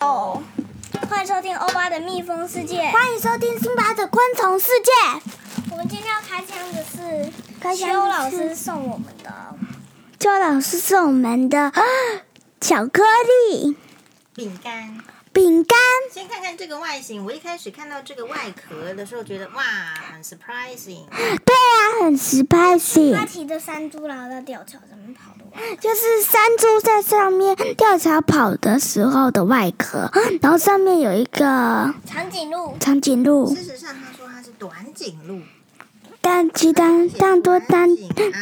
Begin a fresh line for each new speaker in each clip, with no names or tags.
哦巴的蜜蜂世界。
欢迎收听辛巴的昆虫世界。
我们今天要开箱的是
开箱的是
邱老师送我们的
邱老师送我们的啊巧克力
饼干。
饼干，
先看看这个外形，我一开始看到这个外壳的时候，觉得哇，很 surprising。
对啊，很 surprising。
他提着山猪，然后在吊桥上面跑的玩。
就是山猪在上面吊桥跑的时候的外壳，啊然后上面有一个
长颈鹿，
长颈鹿
事，实上，他说它是短颈鹿，
但其单但多单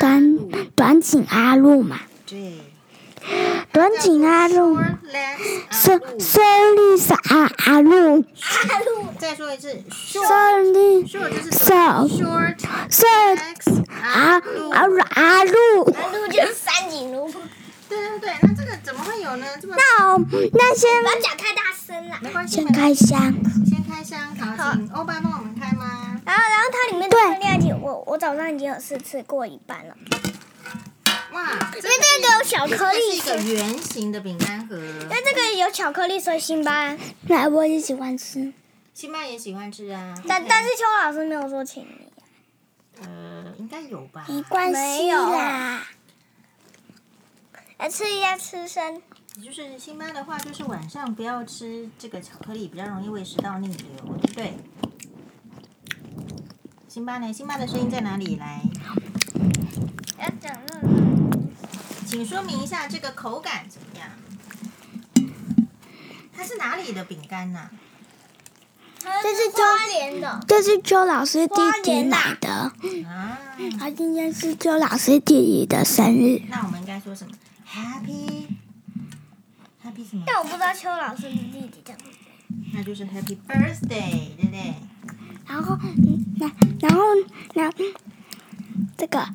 短短颈阿鹿嘛，
对，
短颈阿鹿
啊
，so
short legs 阿鹿。
so 绿色阿阿鹿
大啊鹿，
再说一次，short
，so 绿
short 就是
So- 啊
short
so
legs
阿
阿鹿。
阿阿鹿。
大啊鹿就是山颈鹿。
对对对，那这个怎么会有呢？这么
那我那先
不要 讲太大声啦。
没关系，
先开箱，
先开箱，好，请欧巴帮我们开吗？
然后，然后它里面的
对
分量体，我我早上已经有试吃过一半了，
哇，这
因为这个有巧克
这是
力
一，个圆形的饼干盒，
但这个有巧克力，所以辛巴，
那我也喜欢吃。
辛巴也喜欢吃啊。
但但是邱老师没有说请你。
呃，应该有吧。
没关
没
系
有
啦，
来吃一下吃生，
就是辛巴的话，就是晚上不要吃这个巧克力，比较容易胃食道逆流，对不对？辛巴呢？辛巴的声音在哪里？来，
要讲那
请说明一下这个口感怎么样？它是哪里的饼干呐、
这是花莲的，
这是周老师弟弟买的。
啊？
他今天是周老师弟弟的生日，
那我们应该说什么？Happy Happy 什么？
但我不知道邱老师的弟弟叫什么。
那就是 Happy Birthday，对不对？
然后，嗯那然后那这个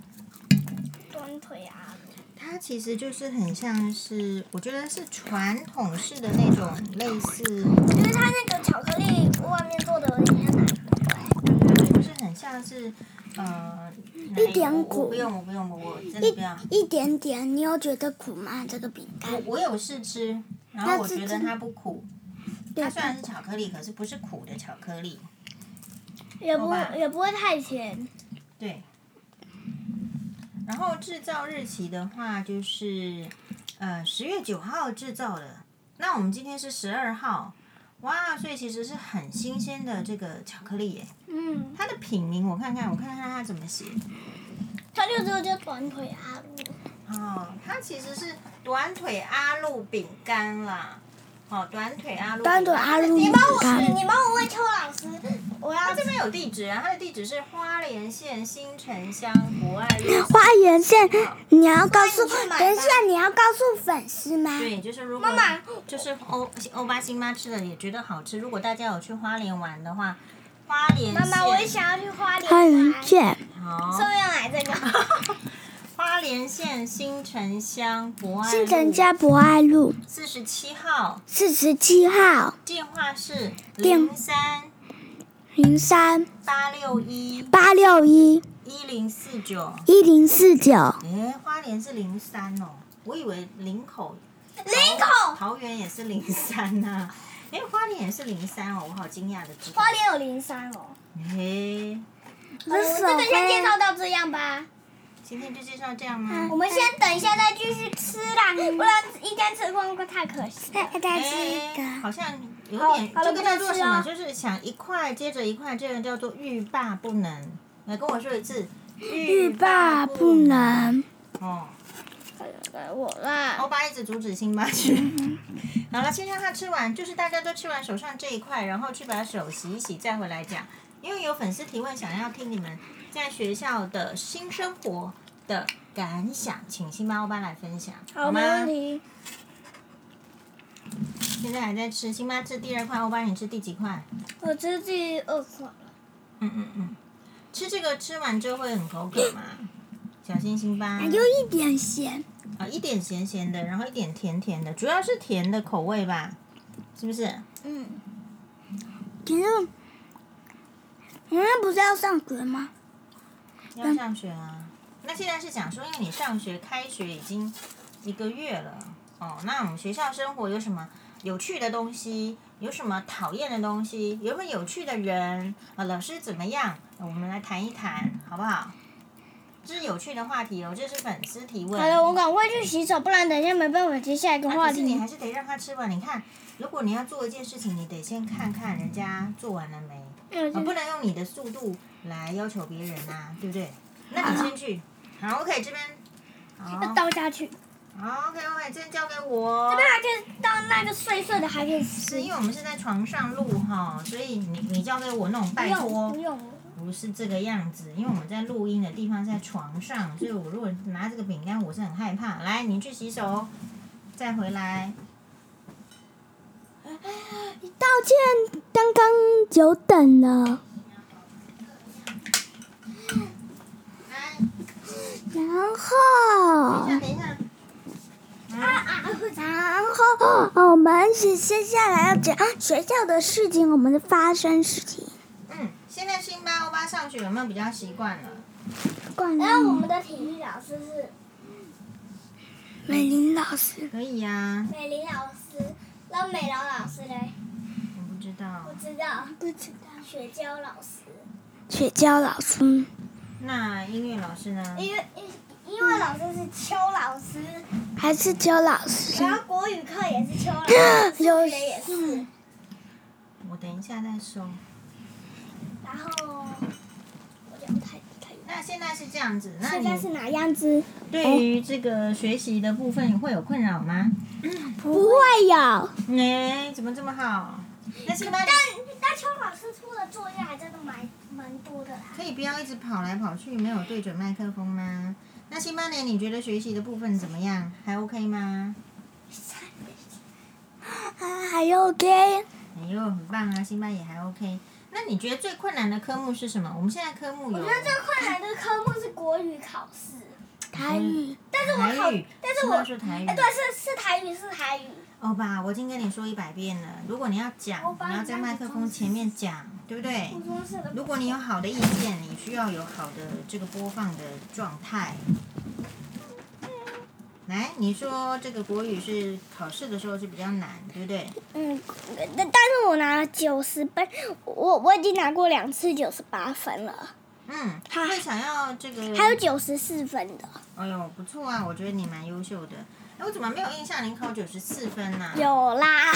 短腿啊，
它其实就是很像是，我觉得是传统式的那种类似。
就是它那个巧克力外面做的有点像奶油，
对，就是很像是，呃，哪
一点
我我
苦
不用，我不用，我真的不要。
一一点点，你有觉得苦吗？这个饼
啊我
干，
我有试吃，然
那
后我
是
觉得
真
它不苦。
对
它虽然是巧克力，可是不是苦的巧克力。
也不
好吧
会也不会太甜。
对。然后制造日期的话，就是呃十月九号制造的。那我们今天是十二号，哇，所以其实是很新鲜的这个巧克力耶。
嗯，
它的品名我看看，我看看它怎么写。
它就只有叫短腿啊阿鲁，
哦，它其实是短腿阿露饼干啦。哦，短腿阿露。
单独阿鲁
你
饼
帮我，
干，
你帮我问邱老师，我
它
要
这边有地址啊，它的地址是花莲县新城乡博爱路。
花园线，你要告诉，
快点去买吧
等一下你要告诉粉丝吗？
对，就是如果
妈妈
就是欧欧巴辛妈吃了也觉得好吃，如果大家有去花莲玩的话，花莲
妈妈，我也
县
想要去花莲
花园
玩，
线，
好
所以要买 这个。
花莲县新城乡博爱
新城家博爱路
四十七号，
四十七号
电话是
电
零三
零三
八六一
八六一
一零四九。
一零四九。
诶，哎花莲是零三哦，我以为林口，
林口
桃园也是零三呐。诶，花莲也是零三哦，我好惊讶的哎知道。
花莲有零三哦，哎
诶，
我们这个先介绍到这样吧。
今天就介绍这样吗
我？们先等一下再继续吃啦，不然一天吃光光太可惜了。
大家
诶哎好像有
好
点，
好了
这
不
个叫
能
做
吃
什么？
哦
就是想一块接着一块，这个叫做欲罢不能。来跟我说一次，
欲罢不。能。
哦，
该 我啦，
欧巴一直阻止辛巴去。 好了，先让他吃完，就是大家都吃完手上这一块，然后去把手洗一洗，再回来讲。因为有粉丝提问，想要听你们在学校的新生活的感想，请辛巴欧巴来分享，
好，
吗
没？问题。
现在还在吃，辛巴吃第二块，欧巴你吃第几块？
我吃第二款了，
嗯嗯嗯，吃这个吃完之后会很口渴吗？小心辛巴。
哎
有一点咸，
啊，一点咸咸的，然后一点甜甜的，主要是甜的口味吧，是不是？
嗯，
可是我们不是要上学吗？
要上学啊。那现在是讲说，因为你上学开学已经一个月了哦，那我们学校生活有什么有趣的东西，有什么讨厌的东西，有没有有趣的人啊？老师怎么样？我们来谈一谈，好不好？这是有趣的话题哦，这是粉丝提问。
好了，我赶快去洗手，不然等一下没办法接下一个
那
话
可是你
题
还。是得让他吃完。你看，如果你要做一件事情，你得先看看人家做完了没，
嗯
啊，不能用你的速度来要求别人啊，对不对？那你先去。好，OK，这边。好
要倒下去，
好，OK，OK，这边交给我。
这边还可以倒那个碎碎的，还可以吃
是。因为我们是在床上录哈，所以你你交给我那种
不
拜
用
托
不，用，
不是这个样子。因为我们在录音的地方是在床上，所以我如果拿这个饼干，我是很害怕。来，你去洗手，再回来。啊
道歉，刚刚久等了。
来，
然
哎等一
后
下，，等一下。啊，
然后我们是接下来要讲学校的事情，我们的发生事情。
嗯，现在辛巴欧巴上学有没有比较习惯了？
冠
然后我们的体育老师是
美玲老师，
可以呀、
美玲老师，然后美劳老师嘞，
我不知道
不。知道，不知道，雪娇老师，
雪娇老师，
那音乐老师呢？
因为因因为老师是邱老师，
还是邱老
嗯
师？
然后国语课也是邱老 师，数学也是，
我等一下再说。
然后我讲不太太。
那现在是这样子，那
现在是
你
哪样子？
对于这个学习的部分会有困扰吗？
不会有，
哎、怎么这么好？那辛巴你
那邱老师出的作业还真的蛮蛮多的啦。
可以不要一直跑来跑去，没有对准麦克风吗？那辛巴年，你觉得学习的部分怎么样？还 OK 吗？
啊，还 OK。
哎呦，很棒啊，辛巴也还 OK。那你觉得最困难的科目是什么？我们现在科目
我
有
觉得最困难的科目是国语考试，
台语，
但是我考
台语，，
但是
辛
我
巴说台语
哎，。对，是是台语，是台语。
欧巴，哦我已经跟你说一百遍了，如果你要讲
欧，巴
你要在麦克风前面讲，对不对？
中式的
如果你有好的意见，你需要有好的这个播放的状态。来，你说这个国语是考试的时候是比较难，对不对？
嗯，但但是我拿了九十分，我我已经拿过两次九十八分了，
嗯，
好
会想要这个，
还有九十四分的，
哎呦，不错啊，我觉得你蛮优秀的。哎，我怎么没有印象您考九十四分呢、
有 啦，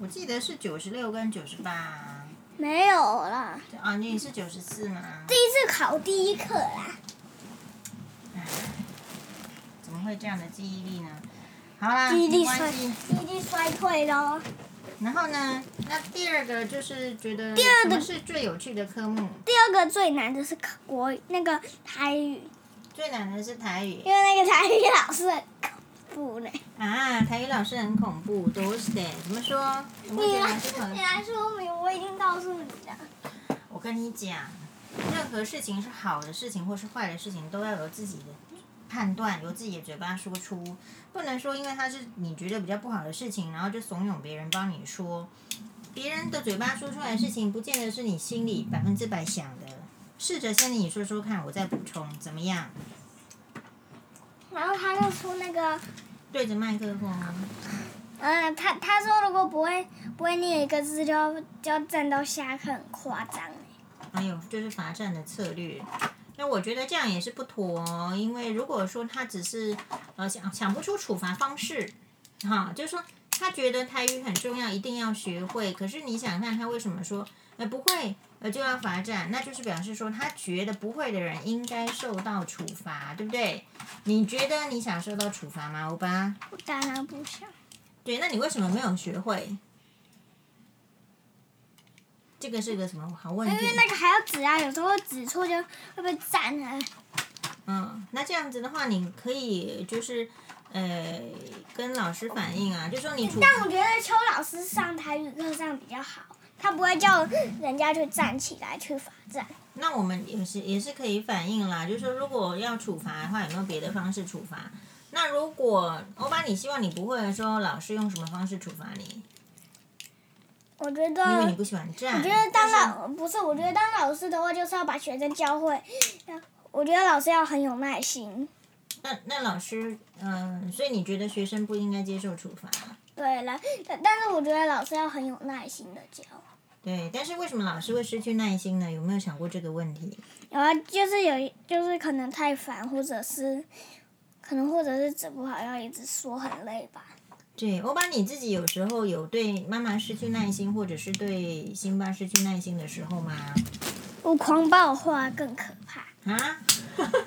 我记得是九十六跟九十八啊，
没有啦，
啊你也是九十四吗？
第一次考第一课啦，
怎么会这样的记忆力呢？好啦，
记忆
没
力
关
衰，
系。
记忆力衰退喽。
然后呢，那第二个就是觉得
第二
什么
个
是最有趣的科目？
第二个最难的是考国语那个台语，
最难的是台语
因为那个台语老师很恐怖呢。
啊，台语老师很恐怖，都是的。怎么说？怎么觉得老师很
你来说明，我已经告诉你了。
我跟你讲，任何事情是好的事情或是坏的事情，都要由自己的判断，由自己的嘴巴说出，不能说因为它是你觉得比较不好的事情，然后就怂恿别人帮你说。别人的嘴巴说出来的事情，不见得是你心里百分之百想的。试着先你说说看，我再补充，怎么样？
然后他就出那个，
对着麦克风，
嗯，他他说如果不会不会念一个字就要就要站到下课，很夸张欸。
哎呦，就是罚站的策略。那我觉得这样也是不妥、哦，因为如果说他只是呃想想不出处罚方式，哈，就是说他觉得台语很重要，一定要学会。可是你想看他为什么说呃不会呃就要罚站，那就是表示说他觉得不会的人应该受到处罚，对不对？你觉得你想受到处罚吗，欧巴？
我当然不想，
对，那你为什么没有学会？这个是个什么好问
因
题？
为哎那个还要指啊，有时候指错就会被站啊。
嗯，那这样子的话，你可以就是呃跟老师反映啊，就说你处
但我觉得邱老师上台语课上比较好，他不会叫人家去站起来去罚站。
那我们也是也是可以反映啦，就是说如果要处罚的话，有没有别的方式处罚？那如果欧巴，你希望你不会说老师用什么方式处罚你？
我觉
因为你
得，
不喜欢站。
呃我觉得当老不是，我觉得当老师的话就是要把学生教会。我觉得老师要很有耐心，
呃那那老师，嗯、所以你觉得学生不应该接受处罚？
对了，但但是我觉得老师要很有耐心的教。
对，但是为什么老师会失去耐心呢？有没有想过这个问题？
然后就是有一，就是可能太烦，或者是可能或者是整不好，要一直说很累吧。
对，欧巴，你自己有时候有对妈妈失去耐心，或者是对辛巴失去耐心的时候吗？
我狂暴化更可怕。
啊？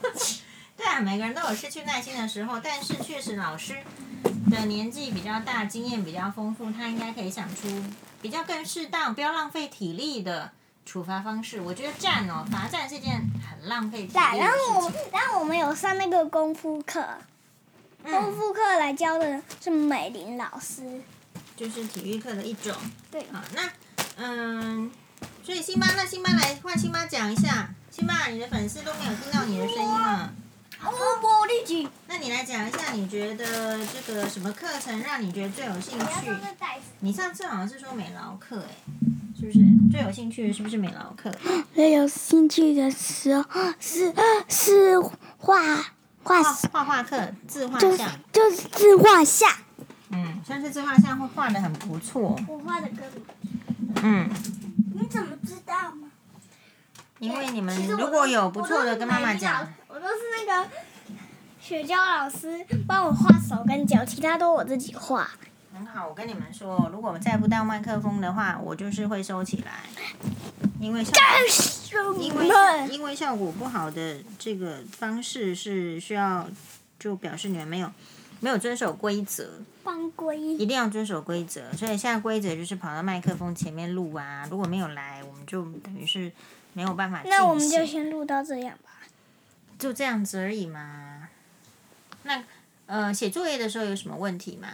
对啊，每个人都有失去耐心的时候，但是确实老师的年纪比较大，经验比较丰富，他应该可以想出比较更适当、不要浪费体力的处罚方式。我觉得站哦，罚站是件很浪费体
对，
力的
然后我
事
们
情。，
然后我们有上那个功夫课，功
嗯，
夫课来教的是美玲老师。
就是体育课的一种。
对，
好，那嗯，所以辛巴，那辛巴来换辛巴讲一下，辛巴，你的粉丝都没有听到你的声音了，
我玻璃举。
那你来讲一下，你觉得这个什么课程让你觉得最有兴趣？
袋子。
你上次好像是说美劳课，哎，是不是最有兴趣的？是不是美劳课？
最有兴趣的时候是是画画，
画画画课，自画
就是
像，
就是自画像。
嗯，算是自画像会画的很不错，
我画的歌比。
嗯。
你怎么知道吗？
因为你们如果有不错的，跟妈妈讲。。
我都是那个雪娇老师帮我画手跟脚，其他都我自己画。
很好，我跟你们说，如果我再不带麦克风的话，我就是会收起来，因为效因为效因为效果不好的这个方式是需要，就表示你们没有没有遵守规则，
帮龟
一定要遵守规则。所以现在规则就是跑到麦克风前面录啊，如果没有来，我们就等于是没有办法进行。
那我们就先录到这样吧。
就这样子而已嘛。那呃，写作业的时候有什么问题吗？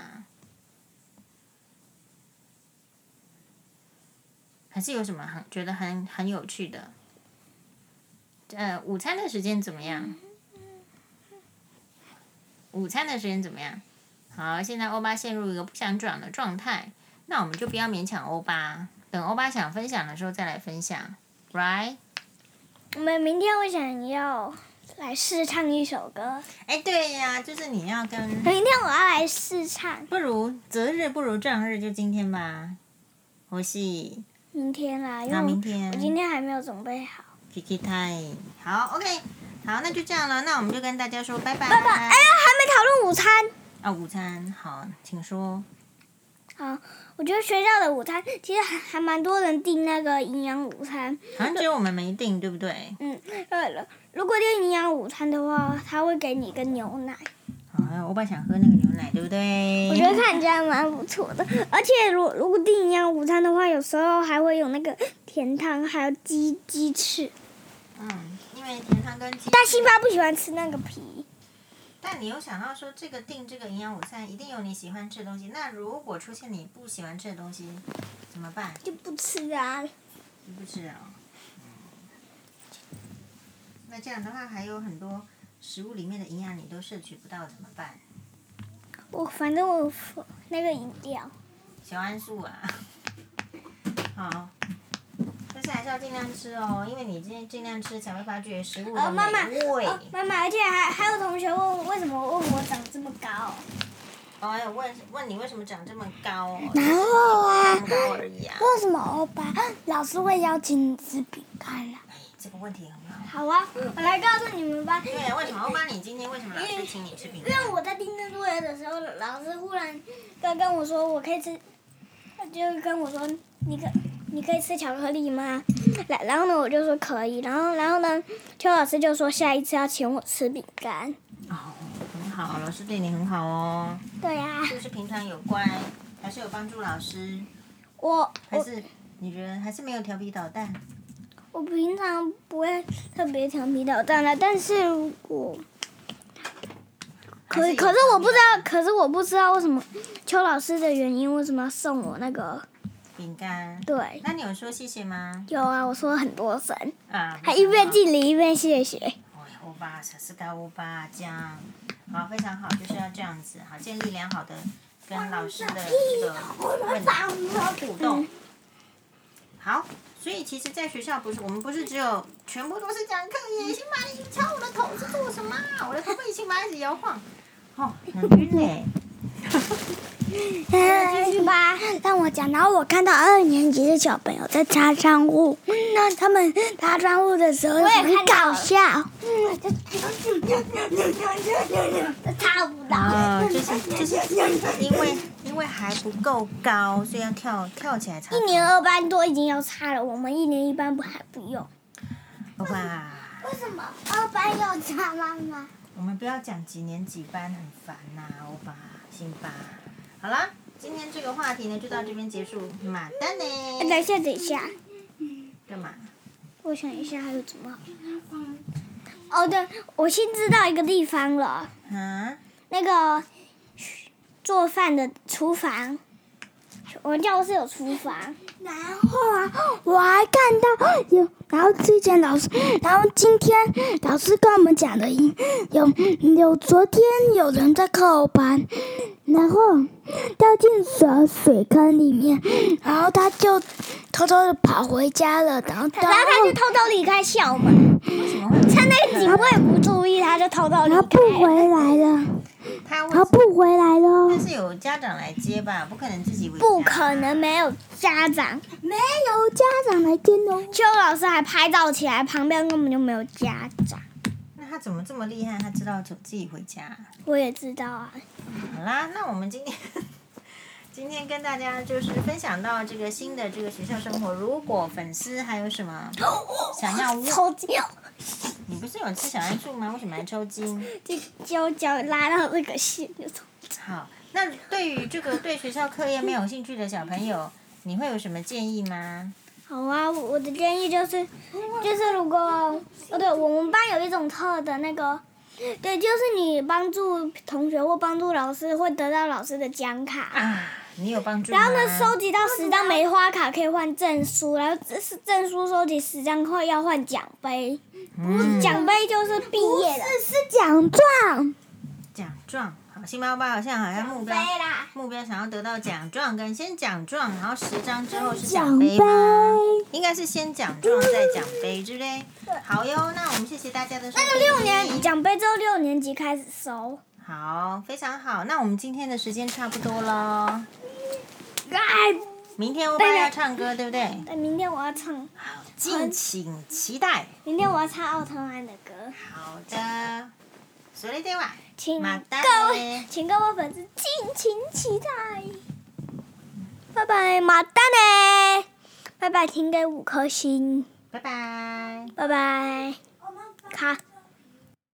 还是有什么很觉得很很有趣的？呃，午餐的时间怎么样？午餐的时间怎么样？好，现在欧巴陷入一个不想转的状态，那我们就不要勉强欧巴，等欧巴想分享的时候再来分享，right？
我们明天我想要来试唱一首歌，
哎，对呀，就是你要跟
明天我要来试唱，
不如择日不如撞日，就今天吧。我是
明天啦，因为
那啊明
我
天
嗯
啊
我今天还没有准备好。
Kiki Time。好，OK，好，那就这样了。那我们就跟大家说拜拜。
爸爸，哎呀，还没讨论午餐。
啊，午餐好，请说。
好，我觉得学校的午餐其实还还蛮多人订那个营养午餐。
好像只有我们没定，对不对？
嗯，对了，如果订营养午餐的话，他会给你一个牛奶，
好，还有欧巴想喝那个牛奶，对不对？
我觉得看起来蛮不错的。而且如如果订营养午餐的话，有时候还会有那个甜汤，还有鸡鸡翅。
嗯，因为甜汤跟鸡。
但辛巴不喜欢吃那个皮。
但你有想到说，这个定这个营养午餐，一定有你喜欢吃的东西。那如果出现你不喜欢吃的东西，怎么办？
就不吃啊。
你不啊知道。那这样的话，还有很多食物里面的营养你都摄取不到，怎么办？
我反正我那个饮料，
小桉树啊， 好，但是还是要尽量吃哦，因为你今天尽量吃，才会发觉食物的
呃，妈妈，
美味。
呃妈妈，而且还还有同学问为什么问我长这么高，
哦，还有问问你为什么长这么高哦？
然后啊
长，高而已啊。
为什么欧巴老师会邀请你吃饼干啊啦、
哎这个问题很好。
好啊，我来告诉你们吧。
嗯对，啊为什么欧巴你今天为什么老师请你吃饼
因
干？
为我在订正作业的时候，老师忽然跟跟我说，我可以吃，他就跟我说，你可你可以吃巧克力吗？然然后呢，我就说可以。然后然后呢，邱老师就说下一次要请我吃饼干。
哦，很好，老师对你很好哦。
对呀、
就是平常有乖，还是有帮助老师，
我
还
我
是你觉得还是没有调皮捣蛋？
我平常不会特别调皮捣蛋的，但是如果可
还有
可是我不知道，可是我不知道为什么邱老师的原因为什么要送我那个
饼干。
对。
那你有说谢谢吗？
有啊，我说了很多声，
啊，
还一边
进。
敬礼一边谢谢。
哎欧巴，小斯嘎欧巴，这样，好，非常好，就是要这样子，好，建立良好的跟老师的这个问互
嗯
动。好，所以其实，在学校不是我们不是只有全部都是讲课耶，辛巴，你敲我的头是做什么啊？我的头被辛巴一直摇晃，哦，很晕嘞。
继续吧。
让我讲，然后我看到二年级的小朋友在擦窗户，那他们擦窗户的时候
我也看
很
到
搞
了
笑。
擦不到，
啊、就是就是因为因为还不够高，所以要跳跳起来才
一年二班多已经要擦了，我们一年一班不还不用？
哇！
为什么二班要擦妈妈？
我们不要讲几年几班，很烦呐、欧巴、辛巴。好啦，今天这个话题呢就到这边结束，马丹
等
呢？
一下，等一下，
干嘛？
我想一下还有什么。哦，对，我新知道一个地方了，
啊？
那个做饭的厨房，我们教室有厨房。
然后啊，我还看到有，然后之前老师，然后今天老师跟我们讲的，有有昨天有人在扣班，然后掉进水水坑里面，然后他就偷偷的跑回家了，然后
然后他就偷偷离开校门，
为什么会？
趁那个警卫不注意，他就偷偷离
然后不
开。
回来了，
他
然后
会
不回来了
但。是有家长来接吧，不可能自己回家
不可能没有家长，
没有家长来接哦。
邱老师还拍照起来，旁边根本就没有家长。
那他怎么这么厉害？他知道走自己回家啊、
我也知道啊，
好啦，那我们今天 今天跟大家就是分享到这个新的这个学校生活。如果粉丝还有什么 想要问，
抽筋，
你不是有吃小桉树吗？为什么还抽筋？
这胶胶拉到那个线就抽。
好，那对于这个对学校课业没有兴趣的小朋友，你会有什么建议吗？
好啊，我的建议就是， 就是如果哦对，我们班有一种课的那个，对，就是你帮助同学或帮助老师，会得到老师的奖卡。
啊，你有帮助吗？
然后呢，收集到十张梅花卡可以换证书，然后这是证书收集十张会要换奖杯，
嗯
奖杯就是毕业的
是奖状，
奖状。好，星巴克好像好像目标
啦。
目标想要得到奖状，跟先奖状，然后十张之后是奖
奖
杯
杯。
吗？应该是先奖状再奖杯，对不对？好哟，那我们谢谢大家的收听。
那个六年奖杯只有六年级开始收。
好，非常好。那我们今天的时间差不多喽，
哎，
明天欧巴要唱歌，对不对？
对，明天我要唱，
好，敬请期待。
明天我要唱奥特曼的歌，
好的，所以では。
请
马丹
各
呢
位，请各位粉丝敬请期待。拜拜，马丹呢？拜拜，请给五颗星，
拜拜。
拜拜，卡。